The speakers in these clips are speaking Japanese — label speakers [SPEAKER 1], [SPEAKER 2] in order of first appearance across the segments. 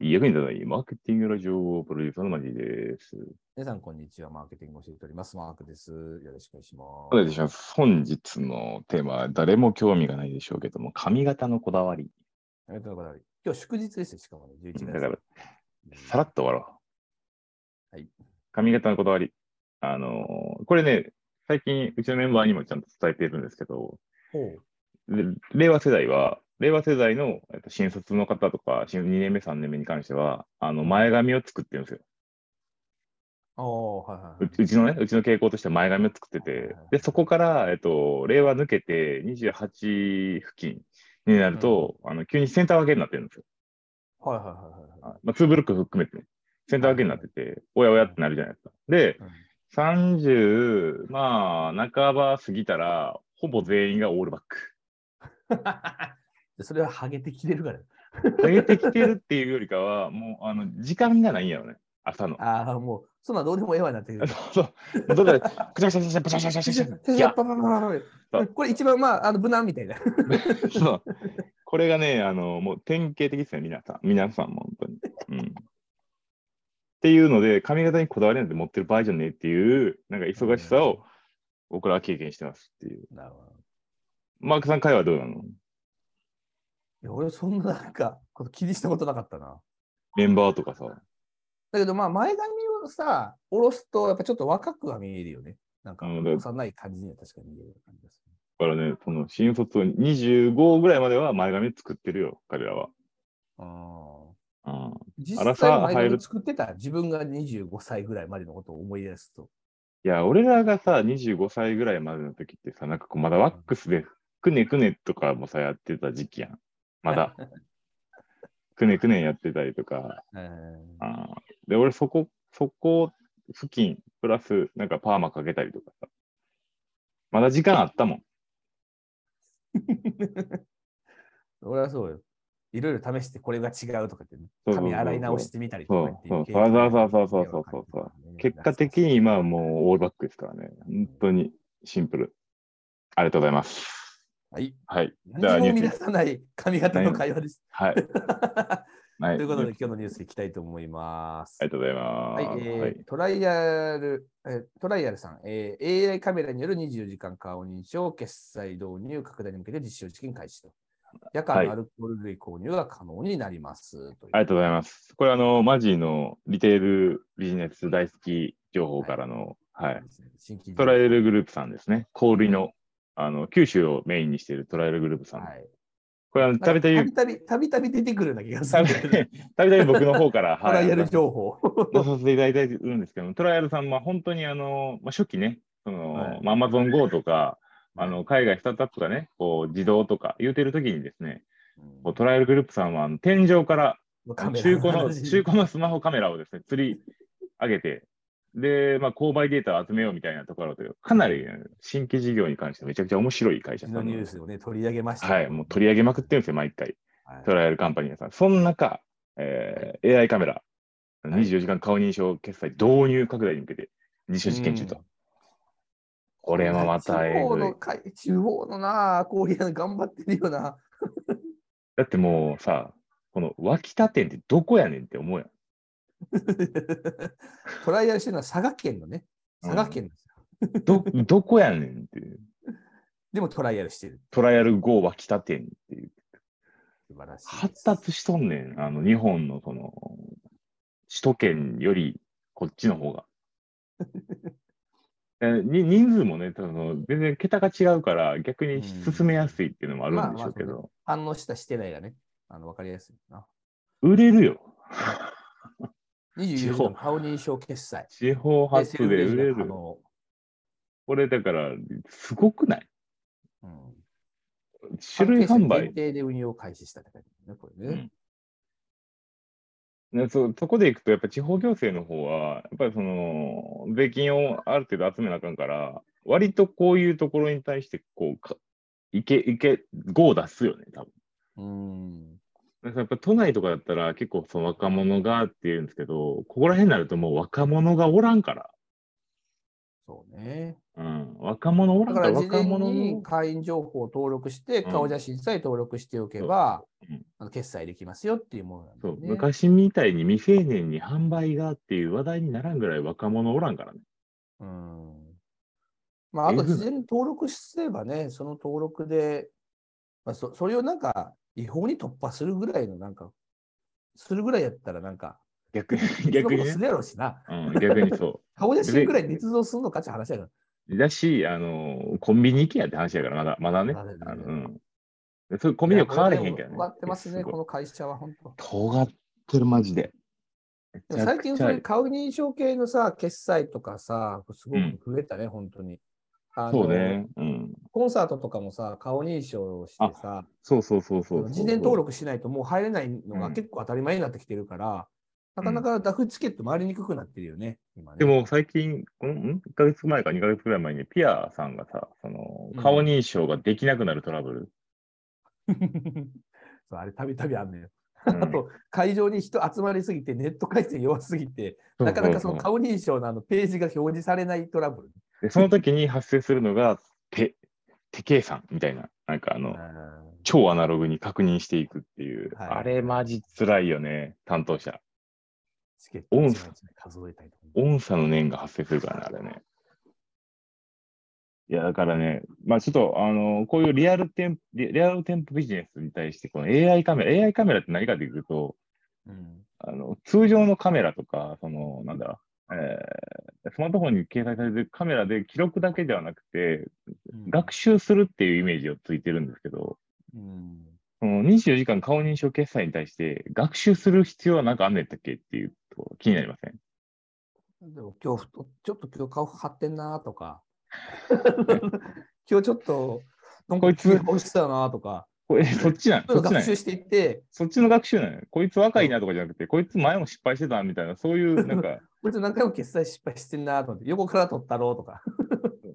[SPEAKER 1] 役に立たないマーケティングラジオプロデューサーのマジです。
[SPEAKER 2] 皆さん、こんにちは。マーケティングを教えております。マークです。よろしくお願いします。
[SPEAKER 1] お願いします。本日のテーマは誰も興味がないでしょうけども、髪型のこだわり。
[SPEAKER 2] ありがとうございます。今日祝日ですよ、しかもね、11月。
[SPEAKER 1] だから、さらっと終わろう。
[SPEAKER 2] はい。
[SPEAKER 1] 髪型のこだわり。あのーこれね、最近うちのメンバーにもちゃんと伝えているんですけど、
[SPEAKER 2] ほう
[SPEAKER 1] で令和世代は、令和世代のえっと新卒の方とか、新2年目、3年目に関しては、あの前髪を作ってるんですよ。
[SPEAKER 2] ああ、はいはいうはい。
[SPEAKER 1] うちのね、うちの傾向として前髪を作って
[SPEAKER 2] はいはい
[SPEAKER 1] て
[SPEAKER 2] はい、
[SPEAKER 1] で、そこから、えっと、令和抜けて28付近になると、あの急にセンター分けになってるんですよ。
[SPEAKER 2] はいはいはいは
[SPEAKER 1] あまあ、2ブロック含めてね、センター分けになってて、おやおやってなるじゃないですか。で、30、まあ、半ば過ぎたら、ほぼ全員がオールバック。
[SPEAKER 2] い。うん、それはハゲてきてるから。
[SPEAKER 1] 上げてきてるっていうよりかは、もう、あの、時間がないんやろね、朝の。
[SPEAKER 2] ああ、もう、そんなんどうでもええわになってる。
[SPEAKER 1] そうそう。だから、くちゃくちゃくちゃくちゃくちゃくちゃくちゃくちゃ。い
[SPEAKER 2] や
[SPEAKER 1] や
[SPEAKER 2] っ、ぱまあまあまあまあこれ一番、まあ、あの無難みたいな。
[SPEAKER 1] そう。これがね、あの、もう典型的ですね、皆さん。皆さんも本当に。うん。っていうので、髪型にこだわりなんて持ってる場合じゃねえっていう、なんか忙しさを僕らは経験してますっていう。
[SPEAKER 2] なるほど。
[SPEAKER 1] マークさん会はどうなの
[SPEAKER 2] いや俺、そんななんか、こと気にしたことなかったな。
[SPEAKER 1] メンバーとかさ。
[SPEAKER 2] だけど、まあ、前髪をさ、下ろすと、やっぱちょっと若くは見えるよね。なんか、
[SPEAKER 1] うんだ
[SPEAKER 2] 幼い感じには確かに見える感じでする。
[SPEAKER 1] だからね、その新卒25ぐらいまでは前髪作ってるよ、彼らは。
[SPEAKER 2] ああ。
[SPEAKER 1] うん。
[SPEAKER 2] 実
[SPEAKER 1] アラサ
[SPEAKER 2] 際
[SPEAKER 1] ー
[SPEAKER 2] 前
[SPEAKER 1] 入
[SPEAKER 2] 髪
[SPEAKER 1] る
[SPEAKER 2] 作ってた自分が25歳ぐらいまでのことを思い出すと。
[SPEAKER 1] いや、俺らがさ、25歳ぐらいまでの時ってさ、なんかこう、まだワックスで、くねくねとかもさ、やってた時期やん。ま だ。くねくねやってたりとか。
[SPEAKER 2] えー
[SPEAKER 1] あーで、俺そこ、そこ付近、プラス、なんかパーマかけたりとかさ。まだ時間あったもん。
[SPEAKER 2] 俺はそうよ。いろいろ試してこれが違うとかってね、
[SPEAKER 1] そうそうそうそう
[SPEAKER 2] 髪洗い直してみたりとかってい
[SPEAKER 1] そう
[SPEAKER 2] う
[SPEAKER 1] そう
[SPEAKER 2] 経
[SPEAKER 1] そう
[SPEAKER 2] 験が
[SPEAKER 1] そうそうそうそうそうそう結果的に今はもうオールバックですからね。本当にシンプル。ありがとうございます。
[SPEAKER 2] はい。
[SPEAKER 1] はい。じゃあ
[SPEAKER 2] 何も生み出さない髪型の会話です。
[SPEAKER 1] はい。はい。
[SPEAKER 2] ということで、
[SPEAKER 1] あ
[SPEAKER 2] 今日のニュースいきたいと思います。
[SPEAKER 1] りがとうございま
[SPEAKER 2] はい、
[SPEAKER 1] す。
[SPEAKER 2] えートライアル、えートライアルさん、えー AI カメラによる24時間顔認証、決済導入、拡大に向けて実証試験開始と。夜間
[SPEAKER 1] はい
[SPEAKER 2] のアルコール類購入が可能になります。という
[SPEAKER 1] ありがとうございます。これ、あの、マジーのリテールビジネス大好き情報からの、はい、
[SPEAKER 2] 新規事業
[SPEAKER 1] トライアルグループさんですね。氷の、あの、九州をメインにしているトライアルグループさん。
[SPEAKER 2] はい。
[SPEAKER 1] これ、あの、たびたび、
[SPEAKER 2] なんかたびたび、たびたび出てくるような気がす
[SPEAKER 1] た
[SPEAKER 2] る
[SPEAKER 1] び。たび、たびたび僕の方から、
[SPEAKER 2] トライアル
[SPEAKER 1] 出
[SPEAKER 2] 情報。
[SPEAKER 1] させていただいてるんですけども、トライアルさんは本当に、あの、まあ、初期ね、その、
[SPEAKER 2] はい
[SPEAKER 1] まあ、Amazon Go とか、あの、海外スタートアップがね、こう、自動とか言うてる時にですね、こうトライアルグループさんは、あの天井から
[SPEAKER 2] うん、
[SPEAKER 1] 中 古の、中古のスマホカメラをですね、釣り上げて、で、まあ、購買データを集めようみたいなところという、かなり新規事業に関してめちゃくちゃ面白い会社
[SPEAKER 2] う
[SPEAKER 1] さん
[SPEAKER 2] ちの
[SPEAKER 1] な
[SPEAKER 2] ニ
[SPEAKER 1] の
[SPEAKER 2] ュー
[SPEAKER 1] で
[SPEAKER 2] スをね、取り上げました。
[SPEAKER 1] はい、もう取り上げまくってるんですよ、毎回。
[SPEAKER 2] はい
[SPEAKER 1] トライアルカンパニーさん。その中、えー AI カメラ、24時間顔認証決済導入拡大に向けて、実証実験中と。
[SPEAKER 2] うん
[SPEAKER 1] これはまた
[SPEAKER 2] 地
[SPEAKER 1] え
[SPEAKER 2] 方
[SPEAKER 1] ぐい
[SPEAKER 2] の。かい地方のなあ、こういうの頑張ってるよな。
[SPEAKER 1] だってもうさ、この脇田店ってどこやねんって思うやん。
[SPEAKER 2] トライアルしてるのは佐賀県のね、佐賀県ですよ。
[SPEAKER 1] ど、 どこやねんっていう。
[SPEAKER 2] でもトライアルしてる。
[SPEAKER 1] トライアル GO 脇田店っていう。
[SPEAKER 2] 素晴らしいです。
[SPEAKER 1] 発達しとんねん。あの、日本のその、首都圏よりこっちの 方が。えに人数もね、その全然桁が違うから、逆に進めやすいっていうのもあるんでしょうけ
[SPEAKER 2] うん
[SPEAKER 1] ど、
[SPEAKER 2] 反応したしてないがね、あの分かりやすいな。
[SPEAKER 1] 売れるよ。
[SPEAKER 2] 24
[SPEAKER 1] 地
[SPEAKER 2] 時
[SPEAKER 1] 方
[SPEAKER 2] 間顔認証決済。
[SPEAKER 1] 地方発で売れる。
[SPEAKER 2] あの、
[SPEAKER 1] これだから、すごくない
[SPEAKER 2] うん
[SPEAKER 1] 種類販
[SPEAKER 2] 関係者
[SPEAKER 1] 売
[SPEAKER 2] 限。定で運用を開始したって書いてあるね、これね。
[SPEAKER 1] ねそうそこでいくと、やっぱ地方行政の方は、やっぱりその、税金をある程度集めなあかんから、割とこういうところに対して、こうか、いけ、いけ、ゴを出すよね、多分。
[SPEAKER 2] うん。
[SPEAKER 1] なんかやっぱ都内とかだったら、結構その若者がっていうんですけど、ここら辺になるともう若者がおらんから、
[SPEAKER 2] そうね。
[SPEAKER 1] うん、若者おら
[SPEAKER 2] だ
[SPEAKER 1] ん
[SPEAKER 2] か
[SPEAKER 1] から
[SPEAKER 2] ら事
[SPEAKER 1] 若
[SPEAKER 2] 前
[SPEAKER 1] 者の
[SPEAKER 2] に。会員情報を登録して、
[SPEAKER 1] うん
[SPEAKER 2] 顔写真さえ登録しておけば、
[SPEAKER 1] そううん
[SPEAKER 2] あの決済できますよっていうものなんで
[SPEAKER 1] そう
[SPEAKER 2] す、ね。
[SPEAKER 1] 昔みたいに未成年に販売がっていう話題にならんぐらい若者おらんからね。
[SPEAKER 2] うんまあ、あと事前に登録すればね、その登録で、まあ、そそれをなんか違法に突破するぐらいの、なんか、するぐらいやったら、なんか、
[SPEAKER 1] 逆に、 逆に
[SPEAKER 2] そんなことす
[SPEAKER 1] ね。
[SPEAKER 2] るやろ
[SPEAKER 1] う
[SPEAKER 2] うしな。
[SPEAKER 1] ん、逆にそ
[SPEAKER 2] 顔写真ぐらい捏造するのかって話やから。
[SPEAKER 1] う。だし、あの、コンビニ行けやって話やから、まだ、まだね。
[SPEAKER 2] まだね
[SPEAKER 1] あのうん。そういうコンビニは買われへんけどね。
[SPEAKER 2] いやこれでも尖ってますね、
[SPEAKER 1] すごい
[SPEAKER 2] この会社は、本当。
[SPEAKER 1] 尖ってる、マジで。
[SPEAKER 2] でも最近、そういう顔認証系のさ、決済とかさ、すごく増えたね、本当に。あの
[SPEAKER 1] そうね。うん。
[SPEAKER 2] コンサートとかもさ、顔認証をしてさ、
[SPEAKER 1] そうそうそうそうそう。
[SPEAKER 2] 事前登録しないともう入れないのが結構当たり前になってきてるから、
[SPEAKER 1] ん
[SPEAKER 2] なかなかダフチケット回りにくくなってるよね、今ね。
[SPEAKER 1] で も最近、このん1ヶ月前か2ヶ月ぐらい前にピアさんがさ、その
[SPEAKER 2] うん
[SPEAKER 1] 顔認証ができなくなるトラブル。
[SPEAKER 2] そう、あれ、たびたびあんのよ。
[SPEAKER 1] う
[SPEAKER 2] あと、会場に人集まりすぎて、ネット回線弱すぎて、
[SPEAKER 1] ん
[SPEAKER 2] なかなかその
[SPEAKER 1] ううう
[SPEAKER 2] 顔認証のあのページが表示されないトラブル。
[SPEAKER 1] でその時に発生するのが手、手計算みたいな、なんかあ
[SPEAKER 2] う
[SPEAKER 1] の、
[SPEAKER 2] ん
[SPEAKER 1] 超アナログに確認していくっていう、
[SPEAKER 2] はい
[SPEAKER 1] あれマジ辛いよね、担当者。
[SPEAKER 2] チケットを
[SPEAKER 1] 音
[SPEAKER 2] 一枚一枚数えたりとか。
[SPEAKER 1] 音差の念が発生するからね、あれね。いや、だからね、まあちょっと、あの、こういうリアル店舗、リリアル店舗ビジネスに対して、この AI カメラ、AI カメラって何かというと、
[SPEAKER 2] うん
[SPEAKER 1] あの通常のカメラとか、そのなんだ、えースマートフォンに携帯されてるカメラで記録だけではなくて、
[SPEAKER 2] うん
[SPEAKER 1] 学習するっていうイメージをついてるんですけど、
[SPEAKER 2] うん
[SPEAKER 1] その24時間顔認証決済に対して、学習する必要はなんかあんねんだっけっていうところ気になりません
[SPEAKER 2] でも今日太っちょっと今日顔張ってんなとか、 今日ちょっと、なん
[SPEAKER 1] こ
[SPEAKER 2] か
[SPEAKER 1] いつ
[SPEAKER 2] 顔してたなとか、
[SPEAKER 1] これそっちなん
[SPEAKER 2] そうい
[SPEAKER 1] そうっちな
[SPEAKER 2] の学
[SPEAKER 1] んや
[SPEAKER 2] 習していって、
[SPEAKER 1] そっちの学習なんやこいつ若いなとかじゃなくて、こいつ前も失敗してたみたいな、そういう、なんか、
[SPEAKER 2] こいつ何回も決済失敗してんなと思って、横から撮ったろうとか。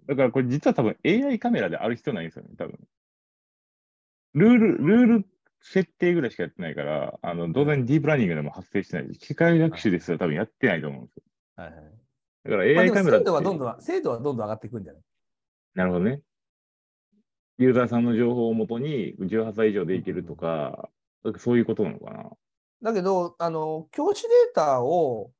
[SPEAKER 1] だからこれ実は多分 AI カメラである必要ないんですよね、多分。ルール、ルール設定ぐらいしかやってないから、あの、当然ディープラーニングでも発生してないし、機械学習ですら多分やってないと思うんですよ。
[SPEAKER 2] はいは
[SPEAKER 1] だから
[SPEAKER 2] い
[SPEAKER 1] AI
[SPEAKER 2] まあ、
[SPEAKER 1] カメラ
[SPEAKER 2] でも精度はどん
[SPEAKER 1] ん。
[SPEAKER 2] どん、精度はどんどん上がっていくんじゃない
[SPEAKER 1] なるほどね。ユーザーさんの情報をもとに18歳以上でいけるとか、そういうことなのかな。
[SPEAKER 2] だけど、あの、教師データを、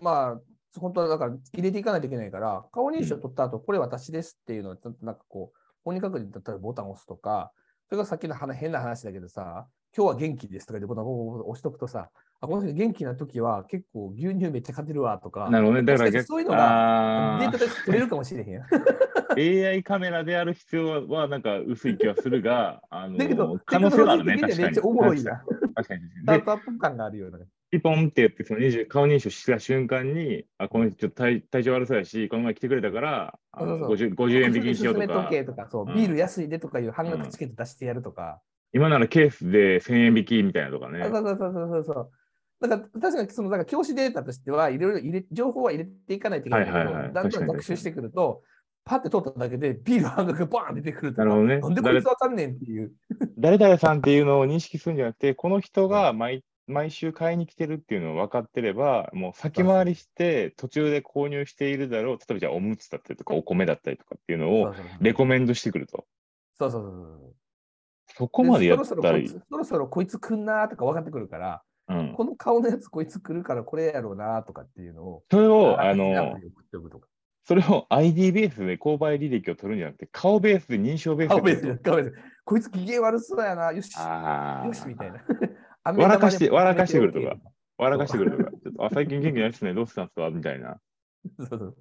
[SPEAKER 2] まあ、本当はだから入れていかないといけないから、顔認証取った後、これ私ですっていうのを、ちゃんとなんかこう、本人確認だったらボタンを押すとか、それがさっきの話変な話だけどさ、今日は元気ですとかでボタンを押しとくとさ、あこの人元気な時は結構牛乳めっちゃ買ってるわとか、
[SPEAKER 1] なるほどね。だから
[SPEAKER 2] 確かに
[SPEAKER 1] 逆
[SPEAKER 2] そういうのが
[SPEAKER 1] あ
[SPEAKER 2] デ
[SPEAKER 1] ー
[SPEAKER 2] ータで取れるかもしれへんやん。
[SPEAKER 1] AI カメラである必要はなんか薄い気はするが、あの
[SPEAKER 2] だけど、
[SPEAKER 1] 可能性はあるね。
[SPEAKER 2] テクノ
[SPEAKER 1] 確
[SPEAKER 2] ロジー的に
[SPEAKER 1] か
[SPEAKER 2] はめっ
[SPEAKER 1] に。
[SPEAKER 2] ちゃおもろいな。
[SPEAKER 1] 確かに。
[SPEAKER 2] ス
[SPEAKER 1] で
[SPEAKER 2] タートアップ感があるようなね。
[SPEAKER 1] ピポンってやって、その20顔認証した瞬間に、あ、この人ちょっと体体調悪そうやし、この前来てくれたから、あの
[SPEAKER 2] そうそう
[SPEAKER 1] 50, 50円引きにしようと
[SPEAKER 2] おすすめ時
[SPEAKER 1] か、
[SPEAKER 2] 計とか、そう、
[SPEAKER 1] うん
[SPEAKER 2] ビール安いでとかいう半額チケット出してやるとか。
[SPEAKER 1] 今ならケースで1000円引きみたいなとか
[SPEAKER 2] あ
[SPEAKER 1] ね
[SPEAKER 2] そ。うそうそうそうそうそう。だから確かにそのだから教師データとしてはいろいろ入れ情報は入れていかないといけないけど、
[SPEAKER 1] はいはいはい
[SPEAKER 2] だん
[SPEAKER 1] 確
[SPEAKER 2] だ
[SPEAKER 1] か
[SPEAKER 2] ん
[SPEAKER 1] に
[SPEAKER 2] 学習してくると、パッて取っただけでビール半額がバーン出てくる
[SPEAKER 1] な
[SPEAKER 2] とか
[SPEAKER 1] るほどね
[SPEAKER 2] なんでこいつわかんねんっていう。
[SPEAKER 1] 誰々さんっていうのを認識するんじゃなくて、この人が毎毎週買いに来てるっていうのを分かってれば、もう先回りして、途中で購入しているだろう、例えばじゃあおむつだったりとか、お米だったりとかっていうの
[SPEAKER 2] そ
[SPEAKER 1] を
[SPEAKER 2] うそうそう
[SPEAKER 1] レコメンドしてくると。
[SPEAKER 2] そうそうそう
[SPEAKER 1] そ
[SPEAKER 2] そ
[SPEAKER 1] こ
[SPEAKER 2] う。
[SPEAKER 1] までやっ
[SPEAKER 2] そろそ
[SPEAKER 1] たら
[SPEAKER 2] ろこ
[SPEAKER 1] い
[SPEAKER 2] い
[SPEAKER 1] い
[SPEAKER 2] つ、。そろそろこいつくんなーとか分かってくるから、
[SPEAKER 1] うん、
[SPEAKER 2] この顔のやつこいつくるからこれやろうなーとかっていうのを、
[SPEAKER 1] それを、
[SPEAKER 2] ア
[SPEAKER 1] あ
[SPEAKER 2] プリに
[SPEAKER 1] の、
[SPEAKER 2] 送っておくとか。
[SPEAKER 1] それを ID ベースで購買履歴を取るんじゃなくて、顔ベースで認証ベース
[SPEAKER 2] あ、
[SPEAKER 1] で
[SPEAKER 2] ごめ
[SPEAKER 1] 取
[SPEAKER 2] ん
[SPEAKER 1] る
[SPEAKER 2] なさい、ごめんなさいこいつ機嫌悪そうやな、よし、よ
[SPEAKER 1] ああ。
[SPEAKER 2] しみ たいな。
[SPEAKER 1] 笑かして笑かしてくるとか
[SPEAKER 2] 飴玉でも
[SPEAKER 1] 笑かしてくるとか。ちょっとあ、最近元気ないですね。どうしたんですかみたいな。
[SPEAKER 2] そうそう。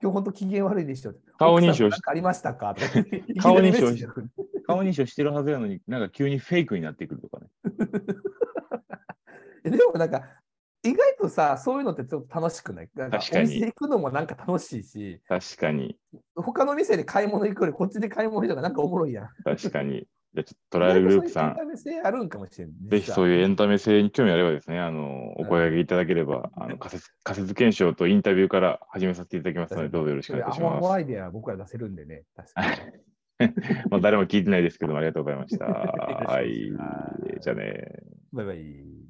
[SPEAKER 2] 今日本当機嫌悪いでしょ。
[SPEAKER 1] 顔認証
[SPEAKER 2] 奥さんなんかありましたかとか
[SPEAKER 1] 顔認証
[SPEAKER 2] いきなりメッセージが来る
[SPEAKER 1] 顔認証してるはずやのに、なんか急にフェイクになってくるとかね。
[SPEAKER 2] えでもなんか、意外とさ、そういうのってちょっと楽しくないなんか
[SPEAKER 1] 確
[SPEAKER 2] お
[SPEAKER 1] かに
[SPEAKER 2] 店行くのもなんか楽しいし、
[SPEAKER 1] 確かに。
[SPEAKER 2] 他の店で買い物行くよりこっちで買い物とかなんかおもろいやん。
[SPEAKER 1] 確かに。じゃあちょっとトライアルグループさ
[SPEAKER 2] 意外と
[SPEAKER 1] ん、
[SPEAKER 2] そういうエンタメ性あるんかもしれん
[SPEAKER 1] ぜひそう
[SPEAKER 2] う。
[SPEAKER 1] いうエンタメ性に興味あればですね、あの、お声掛けいただければ、あの仮説、仮説検証とインタビューから始めさせていただきますので、どうぞよろしくお
[SPEAKER 2] そういう
[SPEAKER 1] 願いい
[SPEAKER 2] ア
[SPEAKER 1] たし
[SPEAKER 2] ホア
[SPEAKER 1] ます
[SPEAKER 2] ホ。アイデアは僕ら出せるんでね。確かに。
[SPEAKER 1] まあ、誰も聞いてないですけども、ありがとうございました。
[SPEAKER 2] ろしくお
[SPEAKER 1] は
[SPEAKER 2] 願い
[SPEAKER 1] い
[SPEAKER 2] します。
[SPEAKER 1] じゃあね。
[SPEAKER 2] バイバイ。